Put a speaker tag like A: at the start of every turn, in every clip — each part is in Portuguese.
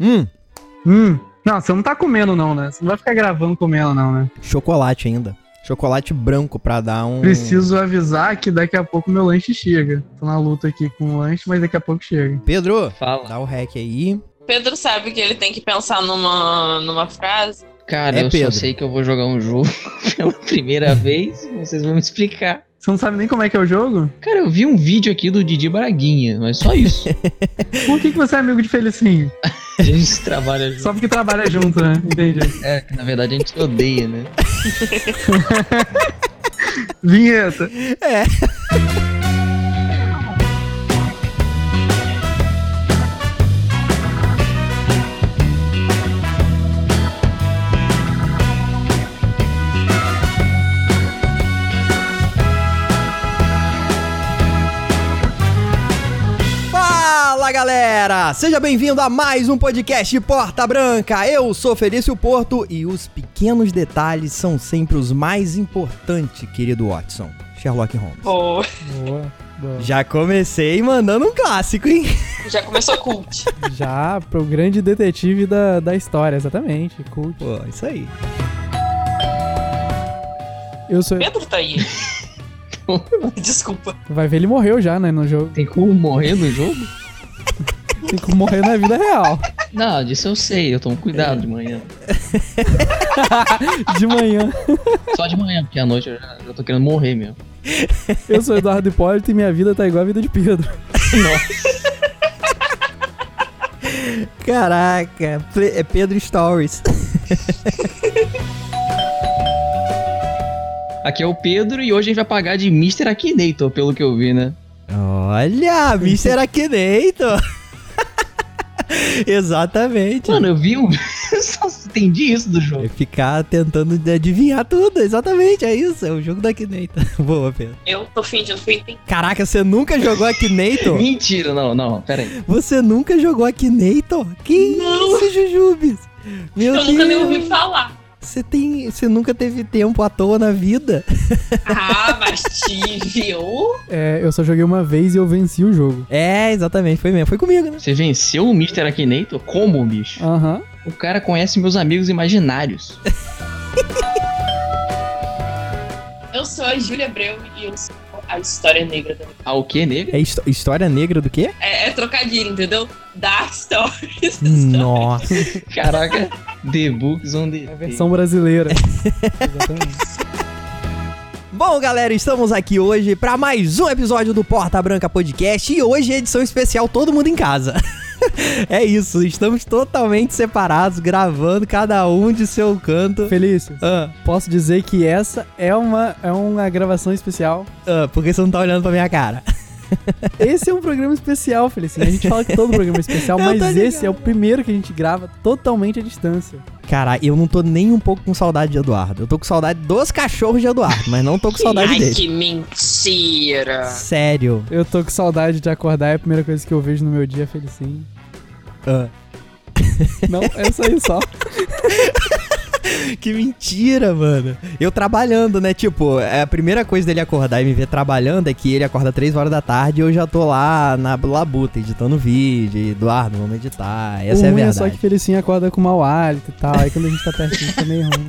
A: Hum,
B: Hum. Não, você não tá comendo, não, né? Você não vai ficar gravando comendo, não, né?
A: chocolate ainda. Chocolate branco pra dar um.
B: Preciso avisar que daqui a pouco meu lanche chega. Tô na luta aqui com o lanche, mas daqui a pouco chega.
A: Pedro,
C: Fala.
A: dá o hack aí.
D: Pedro sabe que ele tem que pensar numa, numa frase.
C: Cara,
A: É,
C: eu
A: Pedro.
C: só sei que eu vou jogar um jogo pela primeira vez. Vocês vão me explicar.
B: Você não sabe nem como é que é o jogo?
C: Cara, eu vi um vídeo aqui do Didi Braguinha, mas só isso.
B: Por que, que você é amigo de Felicinho?
C: A gente trabalha junto.
B: Só porque trabalha junto, né? Entendi.
C: É, que na verdade a gente se odeia, né?
B: Vinheta.
A: Fala galera! Seja bem-vindo a mais um podcast Porta Branca. Eu sou Felício Porto e os pequenos detalhes são sempre os mais importantes, querido Watson. Sherlock Holmes.
D: Pô,
E: Boa, boa.
A: Já comecei mandando um clássico, hein?
D: já começou cult.
E: Já pro grande detetive da, da história, exatamente. Cult.
A: Pô, isso aí.
E: Eu sou.
D: Pedro tá aí. Desculpa.
E: Vai ver, ele morreu já, né? No jogo.
C: Tem como morrer no jogo?
E: Tem que morrer na vida real.
C: Não, disso eu sei, eu tomo cuidado de manhã.
E: De manhã.
C: Só de manhã, porque à noite eu já, já tô querendo morrer mesmo.
E: Eu sou Eduardo Hipólito e minha vida tá igual a vida de Pedro.
A: Caraca, Pe- é Pedro Stories.
C: Aqui é o Pedro e hoje a gente vai pagar de Mr. Akinator, pelo que eu vi, né?
A: Olha, Mr. Akinator. Exatamente.
C: Mano, eu vi um. eu só entendi isso do jogo.
A: É ficar tentando de- adivinhar tudo, exatamente, é isso, é o jogo da Akinator. Boa, Pedro.
D: Eu tô fingindo que eu entendi.
A: Caraca, você nunca jogou Akinator?
C: Mentira, não, não, pera aí.
A: Você nunca jogou Akinator? Que
D: Não.
A: isso, Jujubes? Meu
D: Eu
A: Deus,
D: nunca nem ouvi falar.
A: Você, tem, você nunca teve tempo à toa na vida?
D: Ah, mas tive. ô.
E: É, eu só joguei uma vez e eu venci o jogo.
A: É, exatamente, foi mesmo, foi comigo, né?
C: Você venceu o Mr. Akinator? Como, bicho?
E: Aham.
C: O cara conhece meus amigos imaginários.
D: Eu sou a Júlia Abreu e eu sou a história negra da
C: Ah, o quê, nele?
A: É histó- história negra do quê?
D: É, é trocadilho, entendeu? Dark Stories.
A: Hum, Nossa.
C: Caraca, The Books on the.
E: É a versão brasileira. Exatamente.
A: Bom, galera, estamos aqui hoje para mais um episódio do Porta Branca Podcast e hoje é edição especial Todo Mundo em Casa. é isso, estamos totalmente separados, gravando cada um de seu canto.
E: Felício,
A: Ah,
E: posso dizer que essa é uma, é uma gravação especial.
A: ah, porque você não tá olhando pra mincio minha cara.
E: Esse é um programa especial, Felício. A gente fala que todo programa é especial,
A: Eu
E: mas
A: tô
E: esse
A: ligado.
E: é o primeiro que a gente grava totalmente à distância.
A: Cara, eu não tô nem um pouco com saudade de Eduardo. Eu tô com saudade dos cachorros de Eduardo, mas não tô com saudade
D: Ai,
A: dele.
D: que mentira.
A: Sério.
E: Eu tô com saudade de acordar, é a primeira coisa que eu vejo no meu dia, Felicinho.
A: Ah.
E: Não, é isso aí só.
A: Que mentira, mano. Eu trabalhando, né? Tipo, é a primeira coisa dele acordar e me ver trabalhando é que ele acorda 3 horas da tarde e eu já tô lá na labuta editando vídeo. Eduardo, vamos editar. Essa
E: o
A: é a
E: ruim
A: verdade.
E: é só que Felicinho acorda com mau hálito e tal. Aí quando a gente tá pertinho fica meio ruim.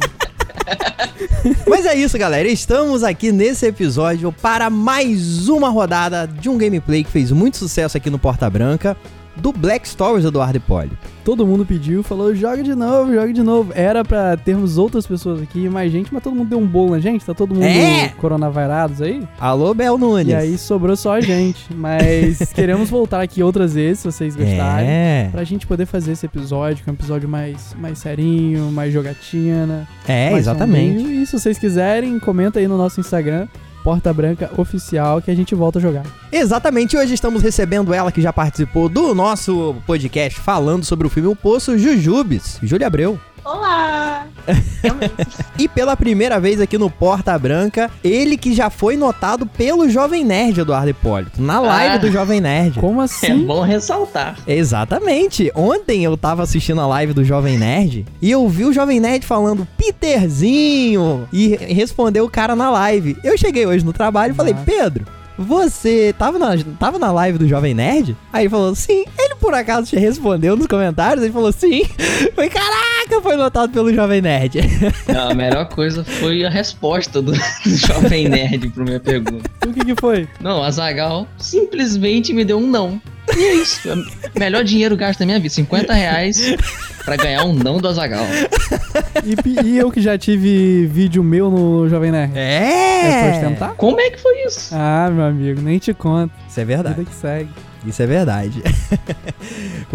A: Mas é isso, galera. Estamos aqui nesse episódio para mais uma rodada de um gameplay que fez muito sucesso aqui no Porta Branca. Do Black Stories, Eduardo Hipólito.
E: Todo mundo pediu, falou: joga de novo, joga de novo. Era pra termos outras pessoas aqui, mais gente, mas todo mundo deu um bolo na gente, tá todo mundo
A: É!
E: coronavirados aí.
A: Alô, Bel Nunes.
E: E aí sobrou só a gente. Mas queremos voltar aqui outras vezes, se vocês gostarem.
A: É,
E: Pra gente poder fazer esse episódio, que é um episódio mais, mais serinho, mais jogatina.
A: é
E: mais um
A: exatamente.
E: sombrio. E se vocês quiserem, comenta aí no nosso Instagram, Porta Branca Oficial, que a gente volta a jogar.
A: Exatamente, hoje estamos recebendo ela que já participou do nosso podcast falando sobre o filme O Poço, Jujubes, Júlia Abreu.
D: Olá. Realmente.
A: E pela primeira vez aqui no Porta Branca, ele que já foi notado pelo Jovem Nerd, Eduardo Hipólito, na live
C: Ah.
A: do Jovem Nerd.
E: Como
C: É
E: assim?
C: bom ressaltar.
A: Exatamente. Ontem eu tava assistindo a live do Jovem Nerd e eu vi o Jovem Nerd falando Peterzinho e respondeu o cara na live. Eu cheguei hoje no trabalho e falei,
E: Nossa.
A: Pedro, Você tava na, tava na live do Jovem Nerd? Aí ele falou, sim. Ele por acaso te respondeu nos comentários, ele falou sim. Foi, caraca, foi notado pelo Jovem Nerd.
C: Não, a melhor coisa foi a resposta do, do Jovem Nerd pra minha pergunta.
E: O que que foi?
C: Não, a Zagal simplesmente me deu um não. E é isso. É o Melhor dinheiro gasto da minha vida, 50 reais pra ganhar um não do Azagal.
E: E, pi- e eu que já tive vídeo meu no Jovem Nerd. É pra
A: É,
E: ostentar?
C: Como é que foi isso?
E: Ah, meu amigo, nem te conto.
A: isso é verdade.
E: Vida que segue.
A: Isso é verdade.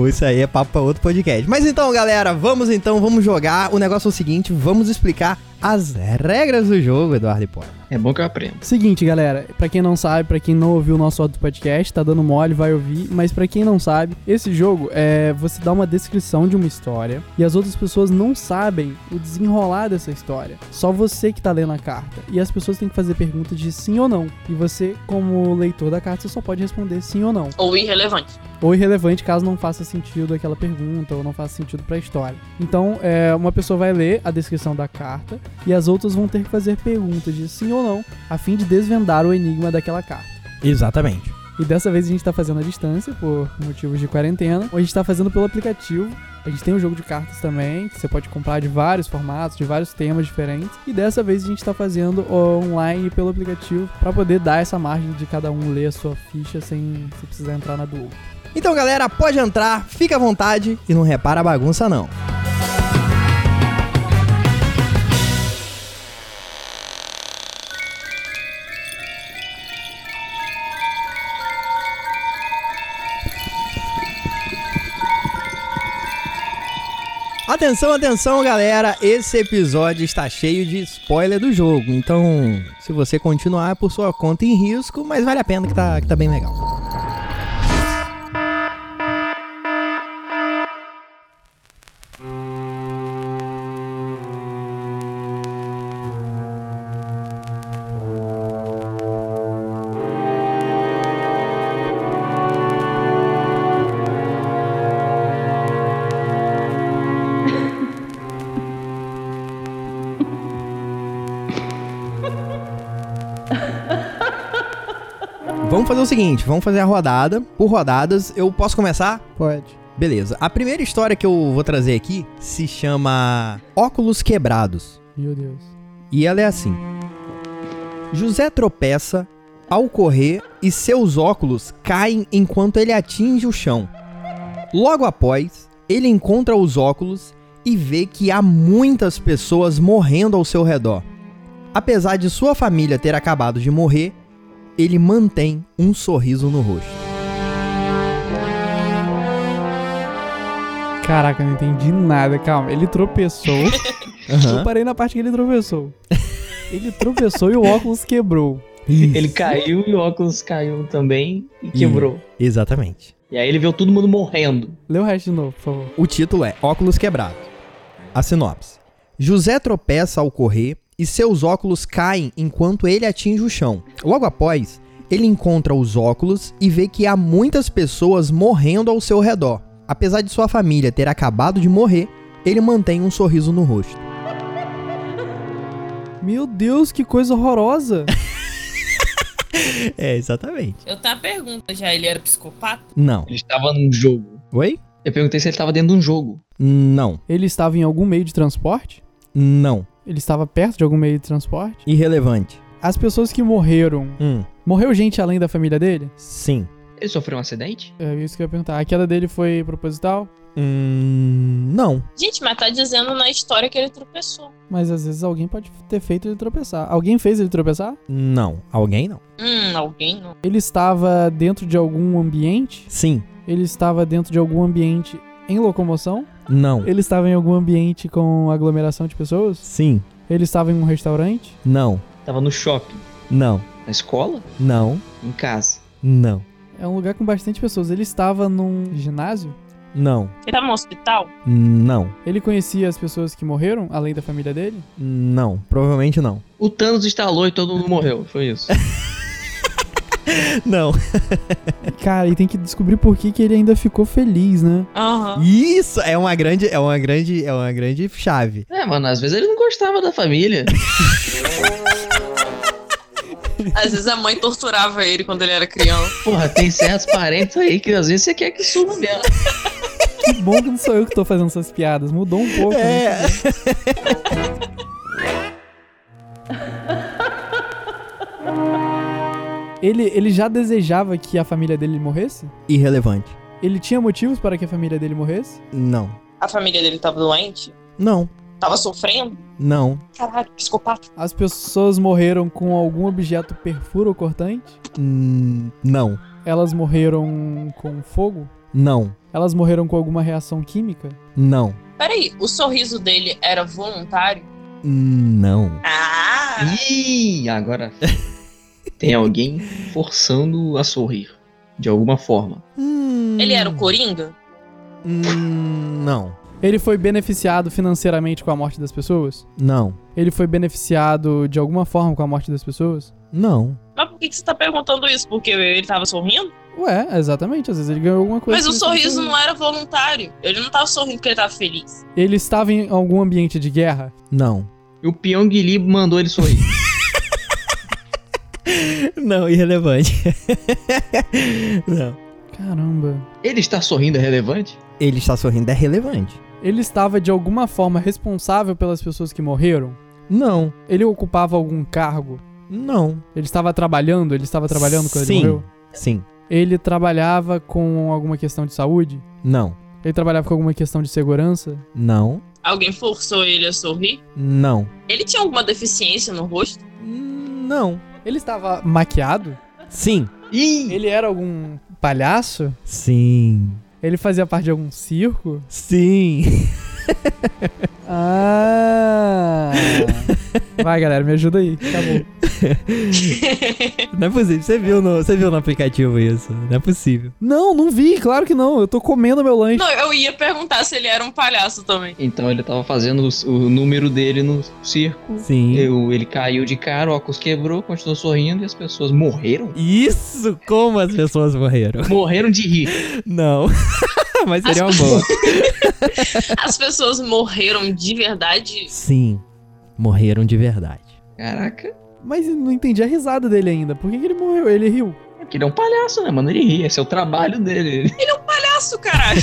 A: Isso aí é papo pra outro podcast. Mas então, galera, vamos então, vamos jogar. O negócio é o seguinte, vamos explicar as regras do jogo, Eduardo Hipólito.
C: É bom que eu aprendo.
E: Seguinte, galera, pra quem não sabe, pra quem não ouviu o nosso outro podcast, tá dando mole, vai ouvir, mas pra quem não sabe, esse jogo é você dá uma descrição de uma história e as outras pessoas não sabem o desenrolar dessa história. Só você que tá lendo a carta. E as pessoas têm que fazer perguntas de sim ou não. E você, como leitor da carta, você só pode responder sim ou não.
D: Ou irrelevante.
E: ou irrelevante caso não faça sentido aquela pergunta ou não faça sentido pra história. Então, é, uma pessoa vai ler a descrição da carta e as outras vão ter que fazer perguntas de sim ou não, a fim de desvendar o enigma daquela carta.
A: Exatamente.
E: E dessa vez a gente tá fazendo à distância, por motivos de quarentena, ou a gente tá fazendo pelo aplicativo. A gente tem um jogo de cartas também, que você pode comprar de vários formatos, de vários temas diferentes. E dessa vez a gente tá fazendo ó, online pelo aplicativo, pra poder dar essa margem de cada um ler a sua ficha sem você precisar entrar na do outro.
A: Então, galera, pode entrar, fica à vontade e não repara a bagunça, não. Atenção, atenção, galera! Esse episódio está cheio de spoiler do jogo, então se você continuar é por sua conta em risco, mas vale a pena que tá, que tá bem legal. Vamos fazer o seguinte, vamos fazer a rodada. Por rodadas, eu posso começar?
E: Pode.
A: Beleza. A primeira história que eu vou trazer aqui se chama Óculos Quebrados.
E: Meu Deus.
A: E ela é assim: José tropeça ao correr e seus óculos caem enquanto ele atinge o chão. Logo após, ele encontra os óculos e vê que há muitas pessoas morrendo ao seu redor. Apesar de sua família ter acabado de morrer, ele mantém um sorriso no rosto.
E: Caraca, eu não entendi nada. Calma, ele tropeçou. Eu parei na parte que ele tropeçou. Ele tropeçou e o óculos quebrou.
C: Ele caiu e o óculos caiu também e
E: Hum.
C: quebrou.
A: Exatamente.
C: E aí ele viu todo mundo morrendo.
E: Lê o resto de novo, por favor.
A: O título é Óculos Quebrados. A sinopse. José tropeça ao correr e seus óculos caem enquanto ele atinge o chão. Logo após, ele encontra os óculos e vê que há muitas pessoas morrendo ao seu redor. Apesar de sua família ter acabado de morrer, ele mantém um sorriso no rosto.
E: Meu Deus, que coisa horrorosa.
A: É, exatamente.
D: Eu tava pergunta já, ele era psicopata?
A: Não.
C: Ele estava num jogo.
A: Oi?
C: Eu perguntei se ele estava dentro de um jogo.
A: Não.
E: Ele estava em algum meio de transporte?
A: Não.
E: Ele estava perto de algum meio de transporte?
A: Irrelevante.
E: As pessoas que morreram.
A: Hum.
E: Morreu gente além da família dele?
A: Sim.
C: Ele sofreu um acidente?
E: É isso que eu ia perguntar. A queda dele foi proposital?
A: Hum, não.
D: Gente, mas tá dizendo na história que ele tropeçou.
E: Mas às vezes alguém pode ter feito ele tropeçar. Alguém fez ele tropeçar?
A: Não. Alguém não?
D: Hum, alguém não.
E: Ele estava dentro de algum ambiente?
A: Sim.
E: Ele estava dentro de algum ambiente em locomoção?
A: Não.
E: Ele estava em algum ambiente com aglomeração de pessoas?
A: Sim.
E: Ele estava em um restaurante?
A: Não.
C: Tava no shopping.
A: Não.
C: Na escola?
A: Não.
C: Em casa.
A: Não.
E: É um lugar com bastante pessoas. Ele estava num ginásio?
A: Não.
D: Ele tá no hospital?
A: Não.
E: Ele conhecia as pessoas que morreram, além da família dele?
A: Não. Provavelmente não.
C: O Thanos instalou e todo mundo morreu. Foi isso.
A: Não.
E: Cara, e tem que descobrir por que, que ele ainda ficou feliz, né?
D: Aham.
A: Isso é uma grande, é uma grande, é uma grande chave.
C: É, mano, às vezes ele não gostava da família.
F: Às vezes a mãe torturava ele quando ele era criança.
C: Porra, tem certos parentes aí que às vezes você quer que suma mesmo.
E: Que bom que não sou eu que tô fazendo essas piadas. Mudou um pouco. né?
A: É.
E: Ele, ele já desejava que a família dele morresse?
A: Irrelevante.
E: Ele tinha motivos para que a família dele morresse?
A: Não.
F: A família dele tava doente?
A: Não.
F: Tava sofrendo?
A: Não.
F: Caralho, psicopata.
E: As pessoas morreram com algum objeto perfuro ou cortante?
A: Hum, não.
E: Elas morreram com fogo?
A: Não.
E: Elas morreram com alguma reação química?
A: Não.
F: Peraí, o sorriso dele era voluntário?
A: Não.
F: Ah!
C: Ih, agora tem alguém forçando a sorrir. De alguma forma.
F: Ele era o Coringa?
A: Hum, Não.
E: Ele foi beneficiado financeiramente com a morte das pessoas?
A: Não.
E: Ele foi beneficiado de alguma forma com a morte das pessoas?
A: Não.
F: Mas por que, que você tá perguntando isso? Porque ele tava sorrindo?
E: Ué, exatamente. Às vezes ele ganhou alguma coisa.
F: Mas o sorriso não é- era voluntário. Ele não tava sorrindo porque ele tava feliz.
E: Ele estava em algum ambiente de guerra?
A: Não.
C: E o Pyong Lee mandou ele sorrir.
A: Não, irrelevante. não.
E: Caramba.
C: Ele está sorrindo é relevante?
A: Ele está sorrindo, é relevante.
E: Ele estava de alguma forma responsável pelas pessoas que morreram?
A: Não.
E: Ele ocupava algum cargo?
A: Não.
E: Ele estava trabalhando? Ele
A: Tá
E: estava trabalhando quando
A: Sim.
E: ele morreu?
A: Sim.
E: Ele trabalhava com alguma questão de saúde?
A: Não.
E: Ele trabalhava com alguma questão de segurança?
A: Não.
F: Alguém forçou ele a sorrir?
A: Não.
F: Ele tinha alguma deficiência no rosto?
A: Não.
E: Ele estava maquiado?
A: Sim.
C: Ih!
E: Ele era algum palhaço?
A: Sim.
E: Ele fazia parte de algum circo?
A: Sim.
E: Ah! Vai, galera, me ajuda aí. Acabou.
A: Não é possível. Você viu no, você viu no aplicativo isso. Não é possível.
E: Não, não vi, claro que não. Eu tô comendo meu lanche.
F: Não, eu ia perguntar se ele era um palhaço também.
C: Então ele tava fazendo o, o número dele no circo.
A: Sim.
C: Eu- ele caiu de cara, o óculos quebrou, continuou sorrindo e as pessoas morreram?
A: Isso como as pessoas morreram.
C: Morreram de rir.
A: Não. Mas seria uma boa.
F: As pessoas morreram de verdade?
A: Sim. Morreram de verdade.
C: Caraca,
E: Mas eu não entendi a risada dele ainda. Por que, que ele morreu? Ele riu.
C: porque ele é um palhaço, né, mano? Ele ri, esse é o trabalho dele.
F: Palhaço, caralho.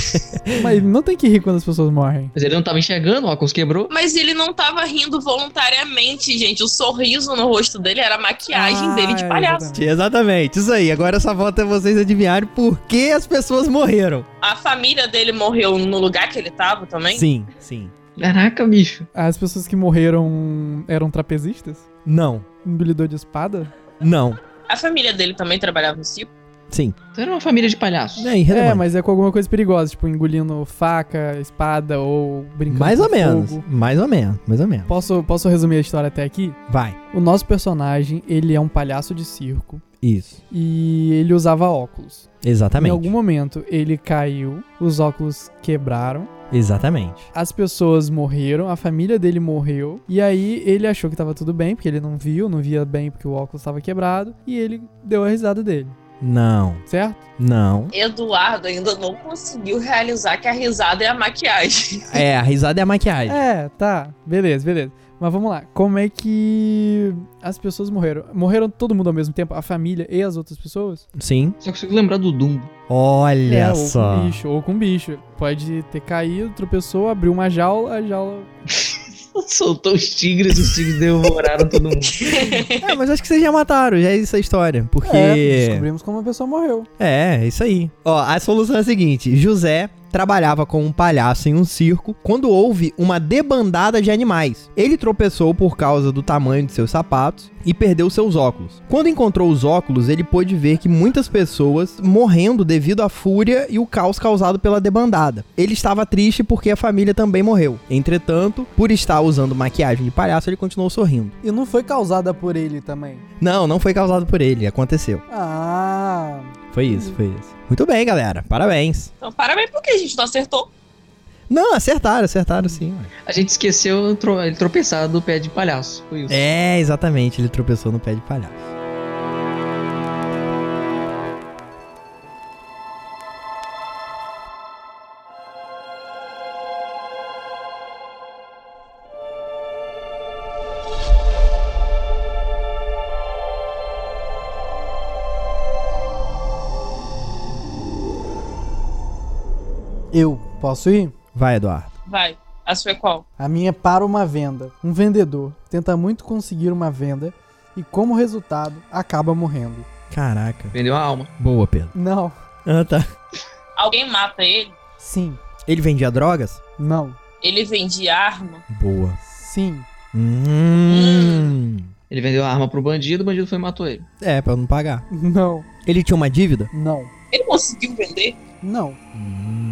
E: Mas não tem que rir quando as pessoas morrem.
C: Mas ele não tava enxergando, o óculos quebrou.
F: Mas ele não tava rindo voluntariamente, gente. O sorriso no rosto dele era a maquiagem
E: Ah,
F: dele de
E: é,
F: palhaço.
E: exatamente.
A: Exatamente, isso aí. Agora só falta vocês adivinharem por que as pessoas morreram.
F: A família dele morreu no lugar que ele tava também?
A: Sim, sim.
C: Caraca, bicho.
E: As pessoas que morreram eram trapezistas?
A: Não,
E: Engolidor de espada?
A: não,
F: A família dele também trabalhava no circo?
A: sim.
C: Então era uma família de palhaços.
A: É,
E: É,
A: irrelevante.
E: mas é com alguma coisa perigosa, tipo engolindo faca, espada ou brincando
A: mais
E: com
A: ou menos,
E: fogo.
A: mais ou menos, mais ou menos.
E: Posso, posso resumir a história até aqui?
A: Vai,
E: O nosso personagem, ele é um palhaço de circo
A: isso,
E: e ele usava óculos. Em
A: exatamente,
E: algum momento ele caiu, os óculos quebraram,
A: exatamente.
E: as pessoas morreram, a família dele morreu, e aí ele achou que tava tudo bem, porque ele não viu, não via bem porque o óculos tava quebrado, e ele deu a risada dele,
A: Não,
E: certo?
A: não.
F: Eduardo ainda não conseguiu realizar que a risada é a maquiagem.
A: É, a risada é a maquiagem.
E: É, tá, beleza, beleza. Mas vamos lá, como é que as pessoas morreram? Morreram todo mundo ao mesmo tempo, a família e as outras pessoas?
A: Sim.
C: Só consigo lembrar do Dumbo.
A: Olha
E: é, Ou
A: só.
E: com bicho, ou com bicho. Pode ter caído, tropeçou, abriu uma jaula, a jaula.
C: Soltou os tigres, os tigres devoraram todo mundo.
A: É, mas acho que vocês já mataram, já é isso a história. Porque.
E: É, descobrimos como a pessoa morreu.
A: É, é isso aí. Ó, a solução é a seguinte: José trabalhava como um palhaço em um circo quando houve uma debandada de animais. Ele tropeçou por causa do tamanho de seus sapatos e perdeu seus óculos. Quando encontrou os óculos, ele pôde ver que muitas pessoas morrendo devido à fúria e o caos causado pela debandada. Ele estava triste porque a família também morreu. Entretanto, por estar usando maquiagem de palhaço, ele continuou sorrindo.
E: E não foi causada por ele também.
A: Não, não foi causado por ele, aconteceu.
E: Ah.
A: Foi isso, foi isso. Muito bem, galera. Parabéns.
F: Então, parabéns porque a gente não acertou.
A: Não, acertaram, acertaram sim. ué.
C: A gente esqueceu tro- ele tropeçar do pé de palhaço. Foi isso.
A: É, exatamente, ele tropeçou no pé de palhaço.
E: Posso ir?
A: Vai, Eduardo.
D: Vai. A sua é qual?
E: A minha é para uma venda. Um vendedor tenta muito conseguir uma venda e, como resultado, acaba morrendo.
A: Caraca.
C: Vendeu a alma.
A: Boa, Pedro.
E: Não.
A: Ah, tá.
D: Alguém mata ele?
E: Sim.
A: Ele vendia drogas?
E: Não.
D: Ele vende arma?
A: Boa.
E: Sim.
A: Hum.
C: Ele vendeu a arma pro bandido, o bandido foi e matou ele.
A: É, pra não pagar.
E: Não.
A: Ele tinha uma dívida?
E: Não.
D: Ele conseguiu vender?
E: Não.
A: Hum.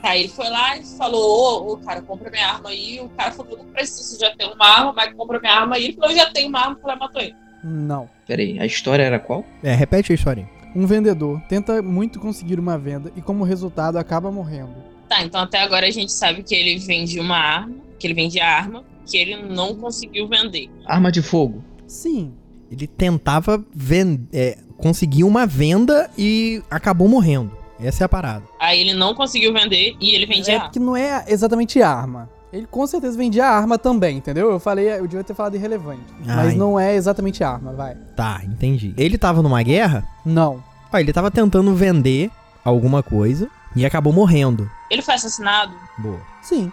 D: Tá, ele foi lá e falou, ô, ô, cara, compra minha arma aí. O cara falou, não preciso, já tenho uma arma, mas compra minha arma aí. Ele falou, já tenho uma arma,
F: "Ah,
D: foi lá e matou ele.
E: Não.
C: Pera aí, a história era qual?
A: É, repete a historinha.
E: Um vendedor tenta muito conseguir uma venda e, como resultado, acaba morrendo.
D: Tá, então até agora a gente sabe que ele vende uma arma, que ele vende a arma, que ele não conseguiu vender.
C: Arma de fogo.
E: Sim.
A: Ele tentava vender, conseguir uma venda e acabou morrendo. Essa é a parada.
D: Aí ele não conseguiu vender e ele vendia
E: É
D: a arma.
E: porque não é exatamente arma. Ele com certeza vendia arma também, entendeu? Eu falei, eu devia ter falado irrelevante. Mas
A: Ai.
E: não é exatamente arma, vai.
A: Tá, entendi. Ele tava numa guerra?
E: Não.
A: Ó, ele tava tentando vender alguma coisa e acabou morrendo.
D: Ele foi assassinado?
A: Boa.
E: Sim.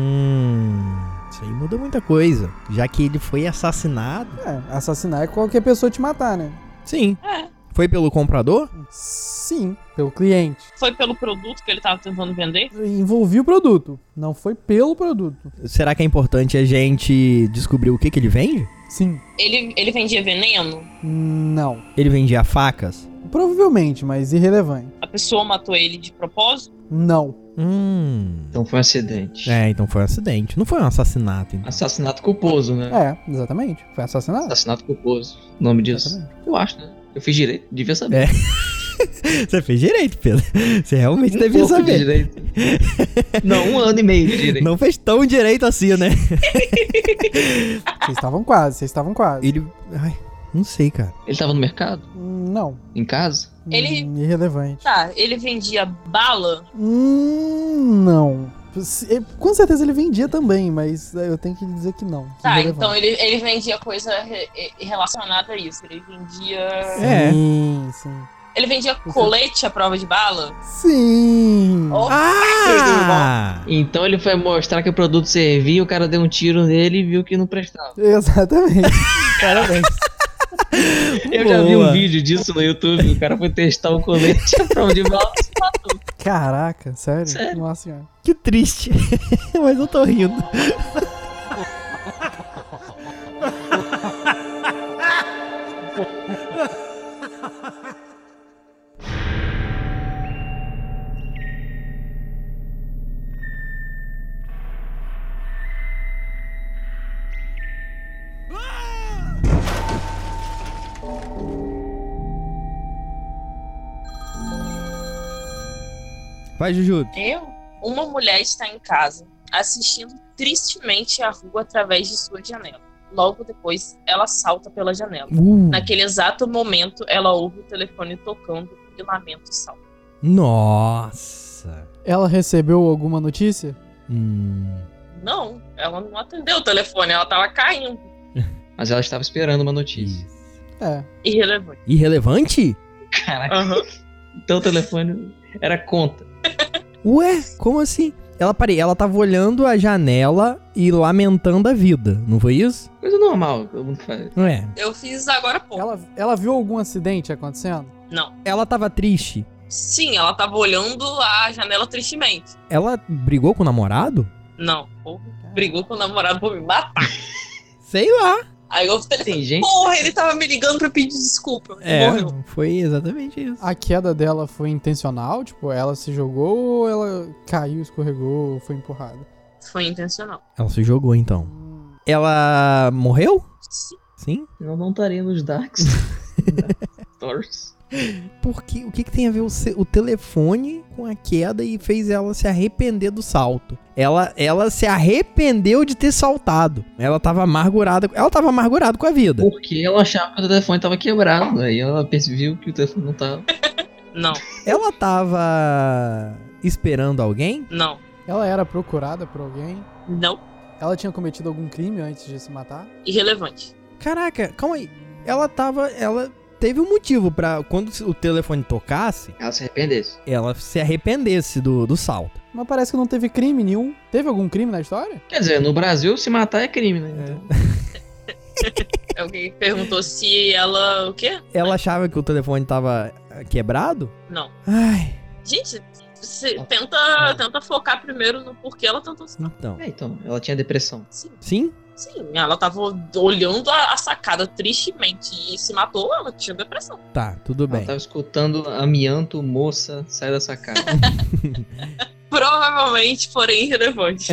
A: Hum. Isso aí muda muita coisa. Já que ele foi assassinado.
E: É, assassinar é qualquer pessoa te matar, né?
A: Sim.
D: É.
A: Foi pelo comprador?
E: Sim. Pelo cliente.
D: Foi pelo produto que ele tava tentando vender?
E: Envolvia o produto. Não foi pelo produto.
A: Será que é importante a gente descobrir o que, que ele vende?
E: Sim.
D: Ele, ele vendia veneno?
E: Não.
A: Ele vendia facas?
E: Provavelmente, mas irrelevante.
D: A pessoa matou ele de propósito?
E: Não.
A: Hum.
C: Então foi um acidente.
A: É, então foi um acidente. Não foi um assassinato. Então.
C: Assassinato culposo, né?
E: É, exatamente. Foi
A: É.
E: assassinado.
C: Assassinato culposo. O nome disso.
E: Exatamente.
C: Eu acho, né? Eu fiz direito, devia
A: É,
C: saber.
A: Você fez direito, Pedro. Você realmente
C: Um
A: devia
C: pouco de
A: saber.
C: direito. Não, um ano e meio de direito.
A: Não fez tão direito assim, né?
E: Vocês estavam quase, vocês estavam quase.
A: Ele. Ai, não sei, cara.
C: Ele tava no mercado?
E: Hum, Não.
C: Em casa?
D: Ele-
E: Hum, Irrelevante.
D: Tá, ele vendia bala?
E: Hum, não. Se- eh, Com certeza ele vendia também, mas eh, eu tenho que dizer que não.
D: Tá,
E: Irrelevante.
D: então ele, ele vendia coisa re- re- relacionada a isso. Ele vendia.
A: É.
E: Sim, sim.
D: Ele vendia colete à prova de bala?
E: Sim!
A: Uhum.
D: Ó,
A: Ah!
C: Então ele foi mostrar que o produto servia, o cara deu um tiro nele e viu que não prestava.
E: Exatamente.
C: Parabéns. Eu já vi um
A: Boa.
C: vídeo disso no YouTube, o cara foi testar o colete à prova de bala e se matou.
E: Caraca, sério?
C: Sério.
E: Nossa senhora.
A: Que triste. Mas eu tô rindo. Vai, Juju.
D: Eu? Uma mulher está em casa, assistindo tristemente a rua através de sua janela. Logo depois, ela salta pela janela.
A: Uh,
D: Naquele exato momento, ela ouve o telefone tocando e lamenta o salto.
A: Nossa.
E: Ela recebeu alguma notícia?
A: Hum.
D: Não, ela não atendeu o telefone, ela tava caindo.
C: Mas ela estava esperando uma notícia.
E: É.
D: Irrelevante.
A: Irrelevante?
C: Caraca,
D: Aham.
C: então o telefone era conta.
A: Ué, como assim? Ela, parei, ela tava olhando a janela e lamentando a vida, não foi isso?
C: Coisa normal, todo mundo faz.
A: É.
D: Eu fiz agora há pouco.
E: Ela, ela viu algum acidente acontecendo?
D: Não.
A: Ela tava triste.
D: Sim, ela tava olhando a janela tristemente.
A: Ela brigou com o namorado?
D: Não. Ou brigou com o namorado por me matar.
A: Sei lá.
D: Aí eu falei,
C: Tem gente.
D: porra, ele tava me ligando pra pedir desculpa.
A: É,
D: Morreu.
A: foi exatamente isso.
E: A queda dela foi intencional? Tipo, ela se jogou ou ela caiu, escorregou, foi empurrada?
D: Foi intencional.
A: Ela se jogou então.
E: Hum,
A: Ela morreu?
D: Sim.
A: Sim.
C: Senão não estaria nos Darks. Stories.
A: Porque o que, que tem a ver o, ce- o telefone com a queda e fez ela se arrepender do salto? Ela, ela se arrependeu de ter saltado. Ela tava amargurada. Ela tava amargurada com a vida.
C: Porque ela achava que o telefone tava quebrado. Aí ela percebeu que o telefone não tava.
D: Não,
A: Ela tava esperando alguém?
D: não,
E: Ela era procurada por alguém?
D: não.
E: Ela tinha cometido algum crime antes de se matar?
D: Irrelevante.
A: Caraca, calma aí. Ela tava. Ela teve um motivo pra quando o telefone tocasse,
C: Ela se arrependesse.
A: ela se arrependesse do, do salto.
E: Mas parece que não teve crime nenhum. Teve algum crime na história?
C: Quer dizer, no Brasil se matar é crime, né? Então,
D: Alguém perguntou se ela. O quê?
A: Ela achava que o telefone tava ah, quebrado?
D: Não.
A: Ai,
D: Gente, você tenta, tenta focar primeiro no porquê ela tentou.
A: então.
C: é, então ela tinha depressão.
D: Sim,
A: Sim?
D: sim. Ela tava olhando a, a sacada tristemente e se matou, ela tinha depressão.
A: Tá, tudo
C: Ela
A: bem.
C: tava escutando amianto, moça, sai da sacada.
D: Provavelmente, porém, irrelevante.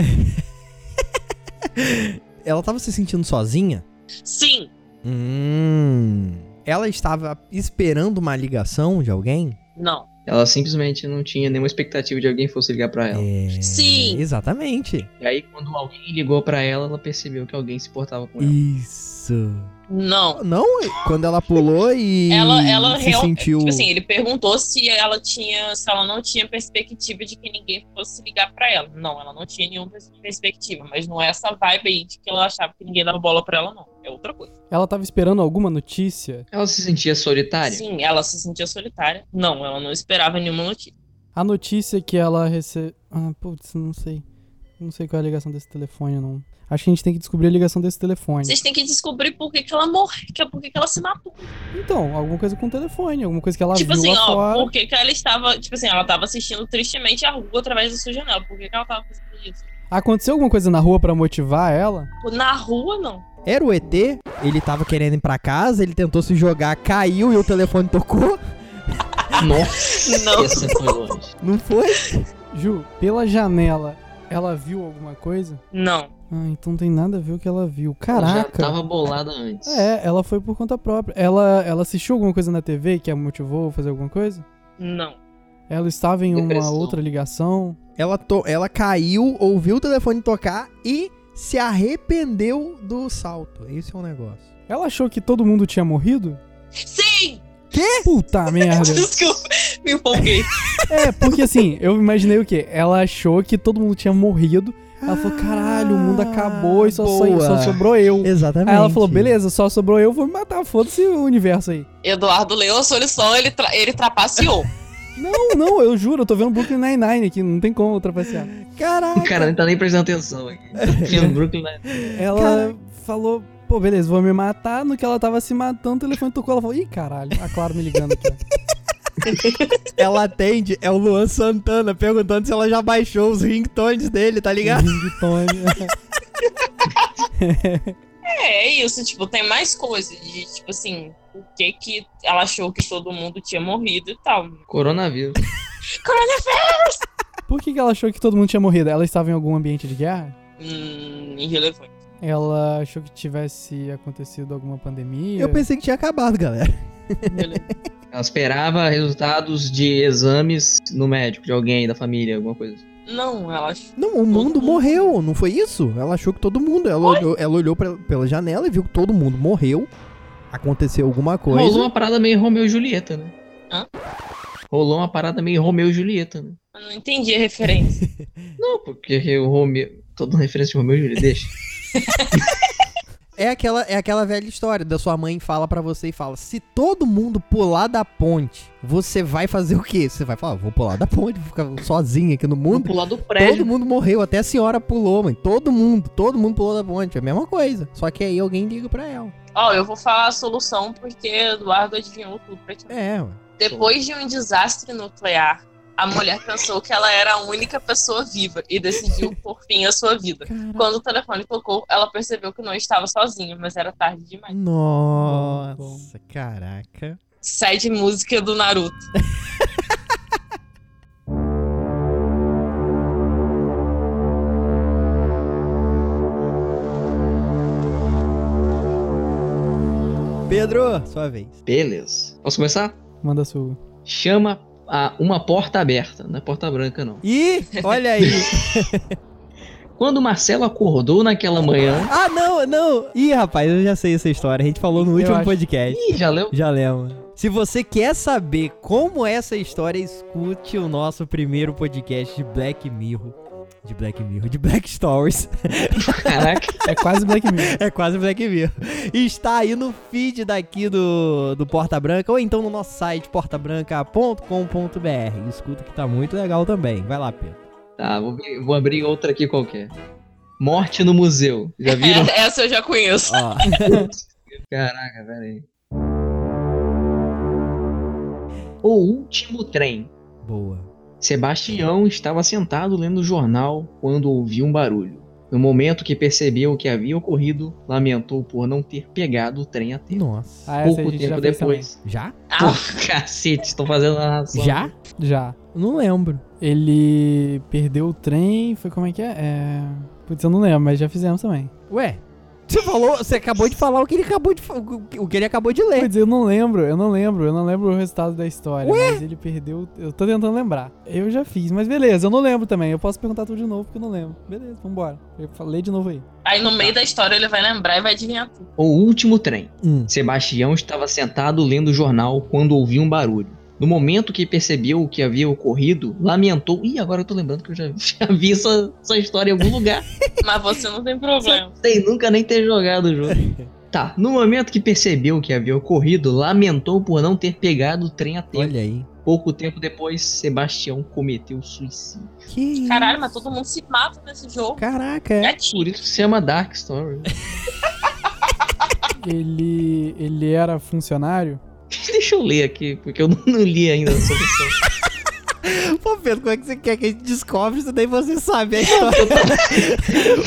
A: Ela tava se sentindo sozinha?
D: Sim,
A: Hum. Ela estava esperando uma ligação de alguém?
D: não.
C: ela simplesmente não tinha nenhuma expectativa de alguém fosse ligar pra ela.
A: É,
D: Sim.
A: Exatamente.
C: E aí, quando alguém ligou pra ela, ela percebeu que alguém se portava com ela.
A: Isso.
D: Não.
A: Não, quando ela pulou e
D: Ela, ela
A: se
D: real-
A: sentiu.
D: Tipo assim, ele perguntou se ela tinha. Se ela não tinha perspectiva de que ninguém fosse ligar pra ela. Não, ela não tinha nenhuma pers- perspectiva. Mas não é essa vibe aí de que ela achava que ninguém dava bola pra ela, não. É outra coisa.
E: Ela tava esperando alguma notícia?
C: Ela se sentia solitária.
D: Sim, ela se sentia solitária. Não, ela não esperava nenhuma notícia.
E: A notícia que ela recebeu. Ah, putz, não sei. Não sei qual é a ligação desse telefone, não. Acho que a gente tem que descobrir a ligação desse telefone.
D: Vocês têm que descobrir por que, que ela morreu, que- é por que, que ela se matou.
E: Então, alguma coisa com o telefone, alguma coisa que ela
D: tipo
E: viu
D: assim,
E: lá
D: ó,
E: fora.
D: por que, que ela estava. Tipo assim, ela estava assistindo tristemente a rua através da sua janela. Por que, que ela estava fazendo isso?
E: Aconteceu alguma coisa na rua pra motivar ela?
D: Na rua, não.
A: Era o ET, ele tava querendo ir pra casa, ele tentou se jogar, caiu e o telefone tocou.
C: Nossa,
D: Não.
C: essa foi longe.
A: Não foi?
E: Ju, pela janela, ela viu alguma coisa?
D: Não.
E: Ah, então não tem nada a ver o que ela viu.
C: Ela já
E: Caraca.
C: tava bolada antes.
E: É, ela foi por conta própria. Ela, ela assistiu alguma coisa na TV que a motivou a fazer alguma coisa?
D: Não.
E: Ela estava em uma
C: Depressão.
E: outra ligação.
A: Ela, to... ela caiu, ouviu o telefone tocar e se arrependeu do salto. Esse é o negócio.
E: Ela achou que todo mundo tinha morrido?
D: Sim!
E: Puta merda.
D: Desculpa, me empolguei.
E: É, porque assim, eu imaginei o quê? Ela achou que todo mundo tinha morrido. Ela falou, caralho, o mundo acabou e só, só-
A: Ah, Boa.
E: só sobrou eu.
A: Exatamente.
E: Aí ela falou, beleza, só sobrou eu, vou me matar, foda-se o universo aí.
D: Eduardo leu a solução, ele, tra- ele trapaceou.
E: Não, não, eu juro, eu tô vendo Brooklyn Nine-Nine aqui, não tem como ultrapassar.
A: Caraca.
C: O cara nem tá nem prestando atenção aqui. Tinha Brooklyn né? Nine-Nine.
E: Ela falou, pô, beleza, vou me matar. No que ela tava se matando, o telefone tocou, ela falou, ih, caralho, a Clara me ligando aqui. ó."
A: Ela atende, é o Luan Santana perguntando se ela já baixou os ringtones dele, tá ligado?
E: Um Ringtone.
D: É, é isso, tipo, tem mais coisas de, tipo assim, o que que ela achou que todo mundo tinha morrido e tal.
C: Coronavírus.
E: Por que, que ela achou que todo mundo tinha morrido? Ela estava em algum ambiente de guerra?
D: Hum, irrelevante.
E: Ela achou que tivesse acontecido alguma pandemia?
A: Eu pensei que tinha acabado, galera.
D: irrelevante.
C: Ela esperava resultados de exames no médico, de alguém, da família, alguma coisa.
D: Não, ela achou.
A: Não, o mundo morreu, não foi isso? Ela achou que todo mundo. Ela olhou, ela olhou pra- pela janela e viu que todo mundo morreu. Aconteceu alguma coisa.
C: Rolou uma parada meio Romeu e Julieta, né?
D: Hã?
C: Rolou uma parada meio Romeu e Julieta, né?
D: Eu não entendi a referência.
C: Não, porque o Romeu. Tô dando referência de Romeu e Julieta, deixa.
A: É aquela, é aquela velha história da sua mãe fala pra você e fala: se todo mundo pular da ponte, você vai fazer o quê? Você vai falar: "Ah, vou pular da ponte, vou ficar sozinha aqui no
C: Vou
A: mundo.
C: pular do
A: Todo
C: prédio.
A: mundo morreu, até a senhora pulou, mãe. Todo mundo, todo mundo pulou da ponte. É a mesma coisa. Só que aí alguém liga pra ela.
D: Ó, eu vou falar a solução porque Eduardo adivinhou tudo pra ti.
A: É, ué.
D: Depois de um desastre nuclear, a mulher pensou que ela era a única pessoa viva e decidiu por fim a sua vida. Quando o telefone tocou, ela percebeu que não estava sozinha, mas era tarde demais.
E: Bom,
A: Nossa, caraca.
D: Sede música do Naruto.
A: Pedro, sua vez.
C: Beleza. Posso começar?
E: Manda sua.
C: Chama a uma porta aberta, não é porta branca, não.
A: Ih, olha aí.
C: Quando o Marcelo acordou naquela manhã.
A: ah, não, não. Ih, rapaz, eu já sei essa história. A gente falou no
E: Eu
A: último
E: acho.
A: podcast.
C: Ih, já leu?
A: Já lembro. Se você quer saber como essa história, escute o nosso primeiro podcast de Black Mirror. De Black Mirror, de Black Stories.
C: Caraca.
E: É quase Black Mirror.
A: É quase Black Mirror. Está aí no feed daqui do, do Porta Branca, ou então no nosso site portabranca.com.br. Escuta que tá muito legal também. Vai lá, Pedro.
C: Tá, vou, abrir- vou abrir outra aqui qualquer. Morte no museu. Já viram?
D: É, essa eu já conheço.
A: Ó.
C: Caraca, pera aí. O último trem.
A: Boa.
C: Sebastião estava sentado lendo o jornal quando ouviu um barulho. No momento que percebeu o que havia ocorrido, lamentou por não ter pegado o trem a tempo.
A: Nossa.
E: Ah, essa aí a
C: Pouco
E: gente
C: tempo
E: já fez
C: depois.
A: Já?
D: Ah,
C: Cacete, estou fazendo a narração.
A: Já?
E: também. Já.
A: Não lembro.
E: Ele perdeu o trem, foi como é que é? é... Putz, eu não lembro, mas já fizemos também.
A: Ué? Você falou, você acabou de falar o que ele acabou de fa- o que ele acabou de ler.
E: Putz, eu não lembro, eu não lembro, eu não lembro o resultado da história. Mas ele perdeu. Eu tô tentando lembrar. Eu já fiz, mas beleza, eu não lembro também. Eu posso perguntar tudo de novo porque eu não lembro. Beleza, vambora. Eu falei de novo aí.
D: Aí no meio da história ele vai lembrar e vai adivinhar tudo.
C: O último trem.
A: Hum.
C: Sebastião estava sentado lendo o jornal quando ouviu um barulho. No momento que percebeu o que havia ocorrido, lamentou. Ih, agora eu tô lembrando que eu já, já vi essa, essa história em algum lugar.
D: Mas você não tem problema.
C: Sem nunca nem ter jogado o jogo. Tá, no momento que percebeu o que havia ocorrido, lamentou por não ter pegado o trem a tempo.
A: Olha aí.
C: Pouco tempo depois, Sebastião cometeu suicídio.
A: Que isso?
D: Caralho, mas todo mundo se mata nesse jogo.
A: Caraca. é.
D: Gatinho.
C: Por isso se chama Dark Story.
E: Ele. ele era funcionário?
C: Deixa eu ler aqui, porque eu não, não li ainda essa opção.
A: Pô, Pedro, como é que você quer que a gente descobre se nem você sabe a história?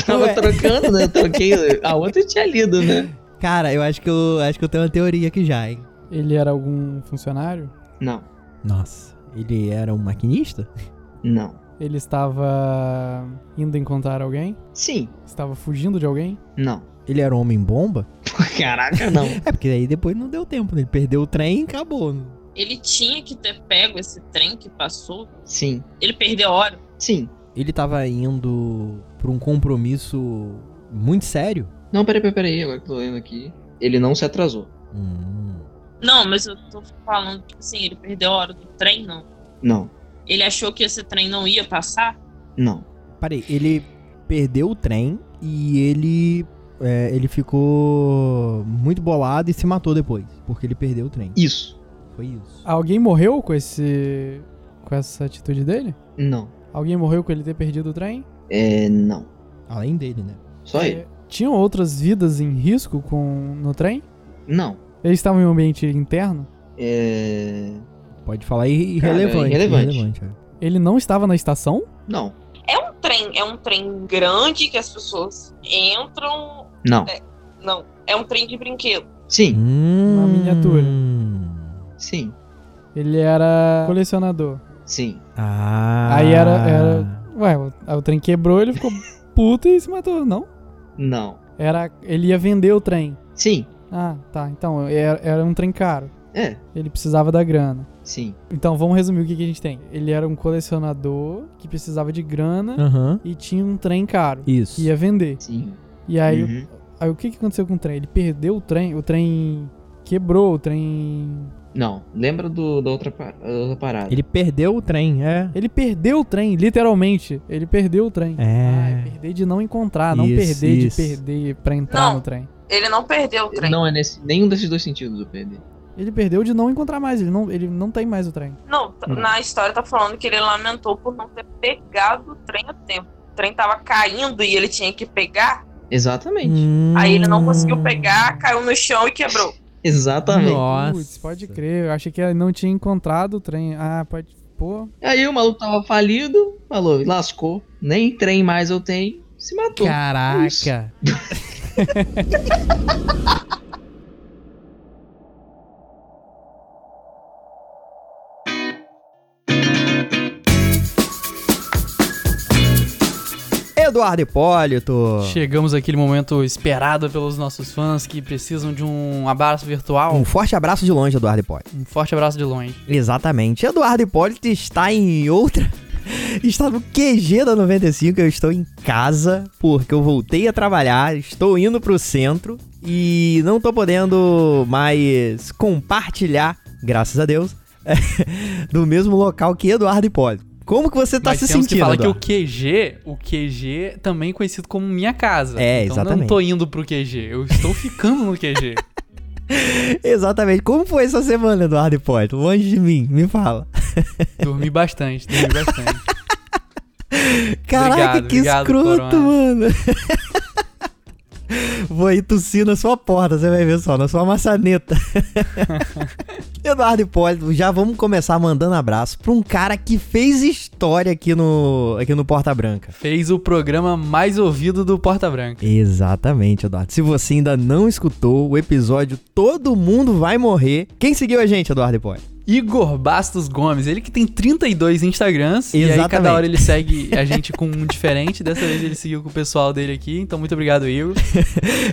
C: Tava
A: Ué.
C: trocando, né? Eu troquei. A outra eu tinha lido, né?
A: Cara, eu acho que eu acho que eu tenho uma teoria aqui já, hein?
E: Ele era algum funcionário?
C: Não,
A: Nossa, ele era um maquinista?
C: não.
E: Ele estava indo encontrar alguém?
C: Sim,
E: Estava fugindo de alguém?
C: não.
A: Ele era um homem bomba?
C: Caraca, não.
A: É, porque aí depois não deu tempo, né? Ele perdeu o trem e acabou.
D: Ele tinha que ter pego esse trem que passou.
C: Sim,
D: Ele perdeu a hora.
C: sim.
A: Ele tava indo pra um compromisso muito sério.
C: Não, peraí, peraí, peraí. Agora que eu tô lendo aqui. Ele não se atrasou.
A: Hum.
D: Não, mas eu tô falando, tipo assim, ele perdeu a hora do trem, não.
C: Não,
D: Ele achou que esse trem não ia passar.
C: não.
A: Parei, ele perdeu o trem e ele é, ele ficou muito bolado e se matou depois, porque ele perdeu o trem.
C: Isso.
A: Foi isso.
E: Alguém morreu com esse. com essa atitude dele?
C: Não.
E: Alguém morreu com ele ter perdido o trem?
C: É, não.
A: Além dele, né?
C: Só ele.
E: É, Tinham outras vidas em risco com no trem?
C: Não.
E: Eles estavam em um ambiente interno?
C: É.
A: Pode falar ir-
C: Cara,
A: irrelevante.
C: irrelevante.
A: é.
E: Ele não estava na estação?
C: Não.
F: É um trem, é um trem grande que as pessoas entram.
C: Não.
F: Não, é um trem de brinquedo.
C: Sim,
A: Uma
E: miniatura.
A: Hum.
C: sim,
E: Ele era colecionador.
C: sim.
A: Ah.
E: Aí era- era- Ué, o, aí o trem quebrou, ele ficou puto e se matou. Não?
C: Não.
E: Era, ele ia vender o trem.
C: Sim.
E: Ah, tá. Então, era, era um trem caro.
C: É.
E: Ele precisava da grana.
C: Sim.
E: Então, vamos resumir o que, que a gente tem. Ele era um colecionador que precisava de grana
A: Aham.
E: e tinha um trem caro.
A: Isso.
E: Que ia vender.
C: Sim.
E: E aí o
C: Uhum.
E: Aí o que, que aconteceu com o trem? Ele perdeu o trem, o trem quebrou, o trem.
C: Não. Lembra do, da, outra, pa- da outra parada.
A: Ele perdeu o trem, é.
E: Ele perdeu o trem, literalmente. Ele perdeu o trem. Ah,
A: É.
E: perder de não encontrar, não
A: Isso,
E: perder
A: isso.
E: de perder pra entrar
F: Não.
E: no trem.
F: Ele não perdeu o trem. Não,
C: Não é nesse nenhum desses dois sentidos do PD.
E: Ele perdeu de não encontrar mais, ele não, ele não tem mais o trem.
F: t- na história tá falando que ele lamentou por não ter pegado o trem a tempo. O trem tava caindo e ele tinha que pegar,
C: Exatamente.
A: Hum.
F: aí ele não conseguiu pegar, caiu no chão e quebrou.
C: Exatamente.
A: Nossa.
E: Putz, pode crer, eu achei que ele não tinha encontrado o trem. Ah, pode. Pô,
C: Aí o maluco tava falido, falou, lascou. Nem trem mais eu tenho. Se matou.
A: Caraca. Eduardo Hipólito.
E: chegamos àquele momento esperado pelos nossos fãs que precisam de um abraço virtual.
A: Um forte abraço de longe, Eduardo Hipólito.
E: Um forte abraço de longe.
A: Exatamente. Eduardo Hipólito está em outra. Está no QG da 95. Eu estou em casa porque eu voltei a trabalhar, estou indo pro centro e não tô podendo mais compartilhar, graças a Deus, do mesmo local que Eduardo Hipólito. Como que você tá
E: Mas
A: se
E: temos
A: sentindo?
E: que falar que o
A: Eduardo?
E: QG, o QG também é conhecido como minha casa.
A: É,
E: então
A: exatamente.
E: não tô indo pro QG, eu estou ficando no QG.
A: Exatamente. Como foi essa semana, Eduardo Hipólito? Longe de mim, me fala.
E: Dormi bastante, dormi bastante.
A: Caraca, que
E: obrigado,
A: escroto,
E: Corona.
A: mano. Vou aí tossir na sua porta, você vai ver só, na sua maçaneta. Eduardo Hipólito, já vamos começar mandando abraço pra um cara que fez história aqui no, aqui no Porta Branca.
E: Fez o programa mais ouvido do Porta Branca.
A: Exatamente, Eduardo. Se você ainda não escutou o episódio Todo Mundo Vai Morrer, quem seguiu a gente, Eduardo Hipólito?
E: Igor Bastos Gomes, ele que tem 32 Instagrams. E aí
A: Exatamente.
E: cada hora ele segue a gente com um diferente. Dessa vez ele seguiu com o pessoal dele aqui. Então muito obrigado, Igor.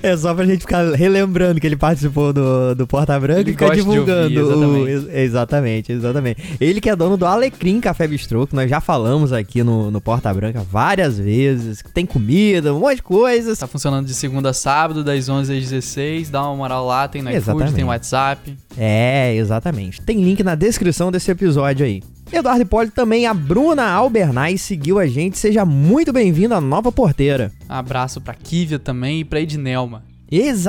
A: É só pra gente ficar relembrando que ele participou do, do Porta Branca
E: Ele
A: e ficar
E: gosta de
A: divulgando.
E: ouvir,
A: o- ex- exatamente, exatamente. Ele que é dono do Alecrim Café Bistrô, que nós já falamos aqui no, no Porta Branca várias vezes. que Tem comida, um monte de coisas.
E: Tá funcionando de segunda a sábado, das 11 às 16. Dá uma moral lá, tem no iFood,
A: Exatamente.
E: tem WhatsApp.
A: É, exatamente. Tem link na descrição desse episódio aí. Eduardo Hipólito também, a Bruna Albernaz seguiu a gente. Seja muito bem-vindo à nova porteira.
E: Abraço pra Kivia também e pra Ednelma.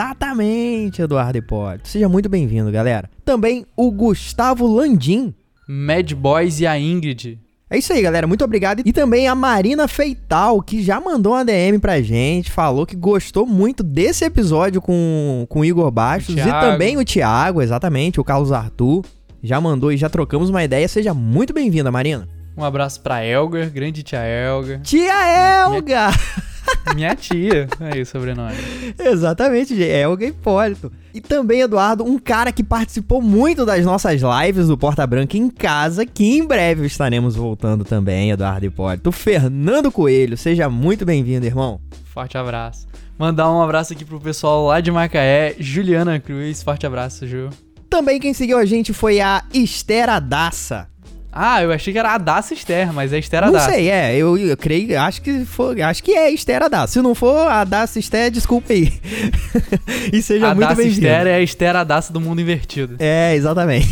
A: Exatamente, Eduardo Hipólito. Seja muito bem-vindo, galera. Também o Gustavo Landim
E: Mad Boys e a Ingrid.
A: É isso aí, galera. Muito obrigado. E também a Marina Feital, que já mandou uma DM pra gente, falou que gostou muito desse episódio com, com o Igor Bastos
E: O
A: e
E: Thiago.
A: também o Thiago, exatamente, o Carlos Arthur. Já mandou e já trocamos uma ideia. Seja muito bem-vinda, Marina.
E: Um abraço pra Elga, grande tia Elga.
A: Tia Elga!
E: Minha tia. Aí o sobrenome.
A: exatamente, gente. É Elga Hipólito. E também, Eduardo, um cara que participou muito das nossas lives do Porta Branca em casa, que em breve estaremos voltando também, Eduardo Hipólito. O Fernando Coelho, seja muito bem-vindo, irmão.
E: Forte abraço. Mandar um abraço aqui pro pessoal lá de Macaé, Juliana Cruz. Forte abraço, Ju.
A: Também quem seguiu a gente foi a Esther Adassa.
E: Ah, eu achei que era Adassa Esther, mas é Esther
A: Não
E: Adassa.
A: sei, é, eu, eu creio, acho que foi, acho que é Esther Adassa. Se não for Adassa Esther, desculpa aí. e seja muito
E: Adassa
A: bem-vindo.
E: Esther é a Esther Adassa do mundo invertido.
A: É, exatamente.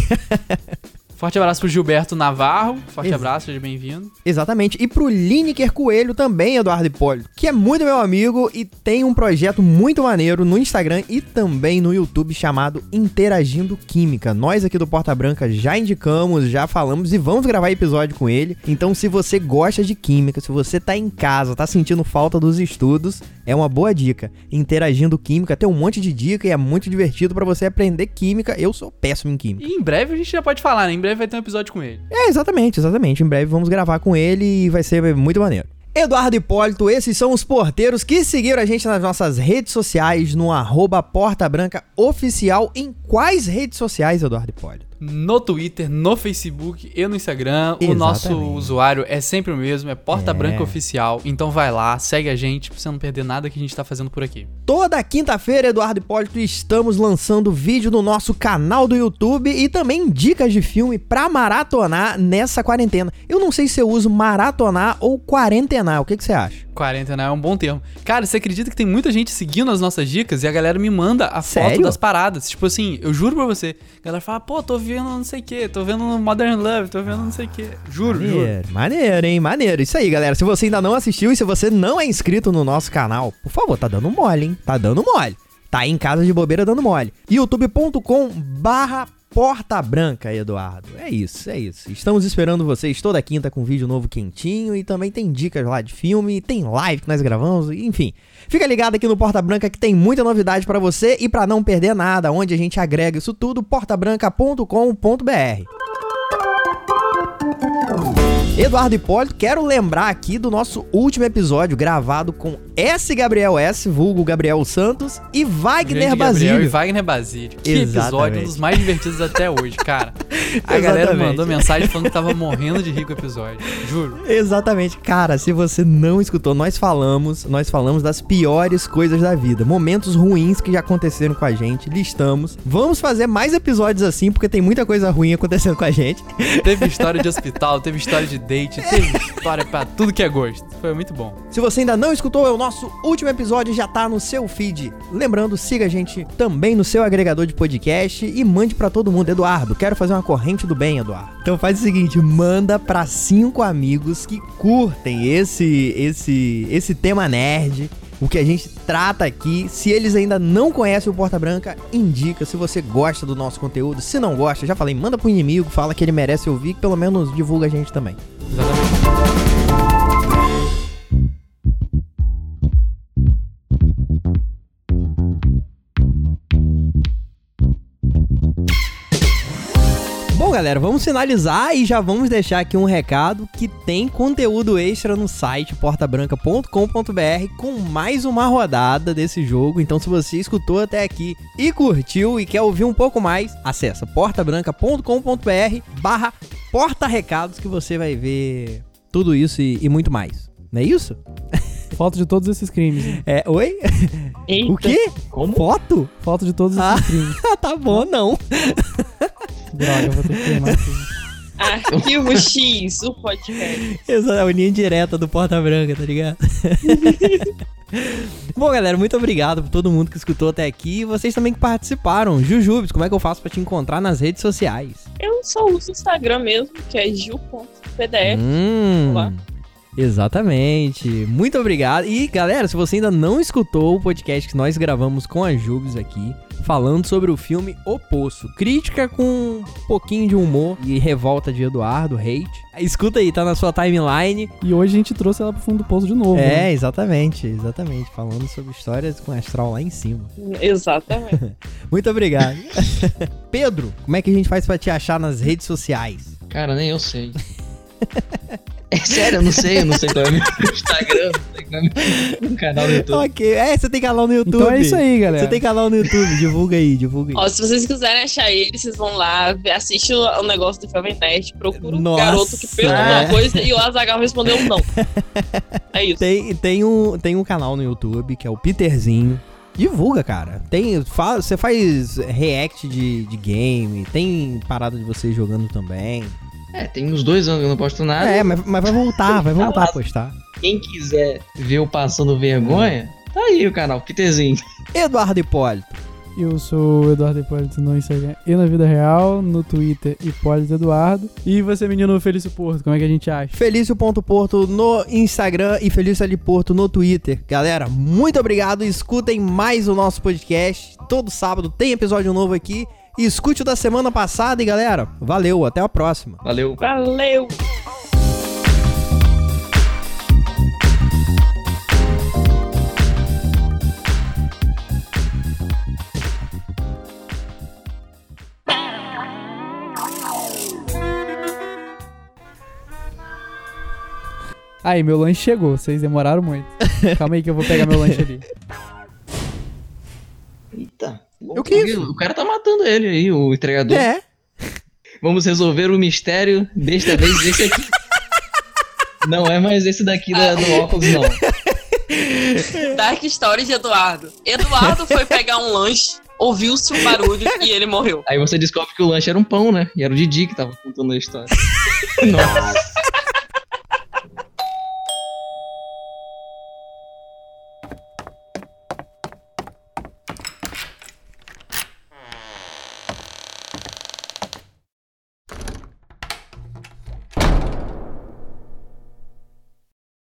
E: Forte abraço pro Gilberto Navarro. Forte
A: Ex-
E: abraço, seja bem-vindo.
A: Exatamente. E pro Lineker Coelho também, Eduardo Hipólito, que é muito meu amigo e tem um projeto muito maneiro no Instagram e também no YouTube chamado Interagindo Química. Nós aqui do Porta Branca já indicamos, já falamos e vamos gravar episódio com ele. Então, se você gosta de química, se você tá em casa, tá sentindo falta dos estudos, é uma boa dica. Interagindo Química tem um monte de dica e é muito divertido pra você aprender química. Eu sou péssimo em química.
E: E em breve a gente já pode falar, né? Em breve vai ter um episódio com ele.
A: É, exatamente, exatamente. Em breve vamos gravar com ele e vai ser muito maneiro. Eduardo Hipólito, esses são os porteiros que seguiram a gente nas nossas redes sociais, no arroba Porta Branca Oficial. Em quais redes sociais, Eduardo Hipólito?
E: No Twitter, no Facebook e no Instagram. O nosso
A: Exatamente.
E: usuário é sempre o mesmo, é Porta
A: É.
E: Branca Oficial. Então vai lá, segue a gente pra você não perder nada que a gente tá fazendo por aqui.
A: Toda quinta-feira, Eduardo Hipólito, estamos lançando vídeo no nosso canal do YouTube e também dicas de filme pra maratonar nessa quarentena. Eu não sei se eu uso maratonar ou quarentenar, o que, que você acha?
E: Quarentena é um bom termo. Cara, você acredita que tem muita gente seguindo as nossas dicas e a galera me manda a
A: Sério?
E: foto das paradas? Tipo assim, eu juro pra você. A galera fala, "Ah, pô, tô vendo não sei o que, tô vendo Modern Love, tô vendo não sei o que. Juro, juro.
A: Maneiro, maneiro, hein? Maneiro. Isso aí, galera. Se você ainda não assistiu e se você não é inscrito no nosso canal, por favor, tá dando mole, hein? Tá dando mole. Tá aí em casa de bobeira dando mole. youtube.com barra Porta Branca, Eduardo. É isso, é isso. Estamos esperando vocês toda quinta com vídeo novo quentinho e também tem dicas lá de filme, tem live que nós gravamos, enfim. Fica ligado aqui no Porta Branca que tem muita novidade pra você e pra não perder nada, onde a gente agrega isso tudo, portabranca.com.br. Eduardo Hipólito, quero lembrar aqui do nosso último episódio gravado com S. Gabriel S., vulgo Gabriel Santos, e Wagner
E: Grande Gabriel e
A: Basílio.
E: Wagner Basílio. Que
A: Exatamente.
E: episódio, um dos mais divertidos até hoje, cara. A galera
A: Exatamente.
E: mandou mensagem falando que tava morrendo de rico o episódio. Juro.
A: Exatamente. Cara, se você não escutou, nós falamos, nós falamos das piores coisas da vida, momentos ruins que já aconteceram com a gente, listamos. Vamos fazer mais episódios assim, porque tem muita coisa ruim acontecendo com a gente.
E: Teve história de hospital, teve história de date, teve história pra tudo que é gosto. Foi muito bom.
A: Se você ainda não escutou, é o nosso último episódio já tá no seu feed. Lembrando, siga a gente também no seu agregador de podcast e mande pra todo mundo. Eduardo, quero fazer uma corrente do bem, Eduardo. Então faz o seguinte, manda pra cinco amigos que curtem esse, esse, esse tema nerd. O que a gente trata aqui, se eles ainda não conhecem o Porta Branca, indica. Se você gosta do nosso conteúdo, se não gosta, já falei, manda pro inimigo, fala que ele merece ouvir, que pelo menos divulga a gente também. Bom, galera, vamos finalizar e já vamos deixar aqui um recado que tem conteúdo extra no site portabranca.com.br com mais uma rodada desse jogo. Então, se você escutou até aqui e curtiu e quer ouvir um pouco mais, acessa portabranca.com.br barra porta recados que você vai ver tudo isso e, e muito mais. Não é isso?
E: Foto de todos esses crimes. né?
A: É, oi?
D: Eita.
A: O quê?
C: Como?
A: Foto?
E: Foto de todos esses
A: Ah.
E: crimes.
A: Ah, tá bom, não.
E: Droga, eu vou ter que queimar tudo.
D: Arquivo X, o podcast.
A: Essa é a linha direta do Porta Branca, tá ligado? Bom, galera, muito obrigado por todo mundo que escutou até aqui e vocês também que participaram. Jujubes, como é que eu faço pra te encontrar nas redes sociais?
D: Eu só uso o Instagram mesmo, que é gil.pdf.
A: Hum,
D: Olá.
A: exatamente. Muito obrigado. E galera, se você ainda não escutou o podcast que nós gravamos com a Jubes aqui, falando sobre o filme O Poço, crítica com um pouquinho de humor e revolta de Eduardo, hate. Escuta aí, tá na sua timeline.
E: E hoje a gente trouxe ela pro fundo do poço de novo. né?
A: É, exatamente, exatamente. Falando sobre histórias com astral lá em cima.
D: Exatamente.
A: Muito obrigado. Pedro, como é que a gente faz pra te achar nas redes sociais?
C: Cara, nem eu sei. É sério, eu não sei, eu não sei qual é o meu Instagram, não sei qual é o meu canal do YouTube.
A: Ok, é, você tem canal no YouTube.
E: Então é isso aí, galera.
A: Você tem canal no YouTube, divulga aí, divulga aí.
D: Ó, se vocês quiserem achar ele, vocês vão lá, vê- assiste o, o negócio do Jovem Nerd, procura um
A: Nossa,
D: garoto que perguntou
A: é.
D: uma coisa e o Azagal respondeu não. É isso.
A: Tem, tem, um, tem um canal no YouTube que é o Peterzinho. Divulga, cara. Tem, fa- você faz react de, de game, tem parada de você jogando também.
C: É, tem uns dois anos que eu não posto nada.
A: É, mas, mas vai voltar, vai voltar a postar.
C: Quem quiser ver eu passando vergonha, tá aí o canal, Peterzinho.
A: Eduardo Hipólito.
E: Eu sou o Eduardo Hipólito no Instagram é e na vida real, no Twitter Hipólito Eduardo. E você, menino Felício Porto, como é que a gente acha?
A: Felício.porto no Instagram e Felício L. Porto no Twitter. Galera, muito obrigado. Escutem mais o nosso podcast. Todo sábado tem episódio novo aqui. E Escute o da semana passada e galera, valeu, até a próxima.
C: Valeu.
D: Valeu!
E: Aí, meu lanche chegou, vocês demoraram muito. Calma aí que eu vou pegar meu lanche ali.
C: Eita.
A: O que é isso?
C: O cara tá matando ele aí, o entregador.
A: É,
C: Vamos resolver o mistério desta vez desse aqui. Não é mais esse daqui da, do óculos, não.
D: Dark Story de Eduardo. Eduardo foi pegar um lanche, ouviu-se um barulho e ele morreu.
C: Aí você descobre que o lanche era um pão, né? E era o Didi que tava contando a história. Nossa.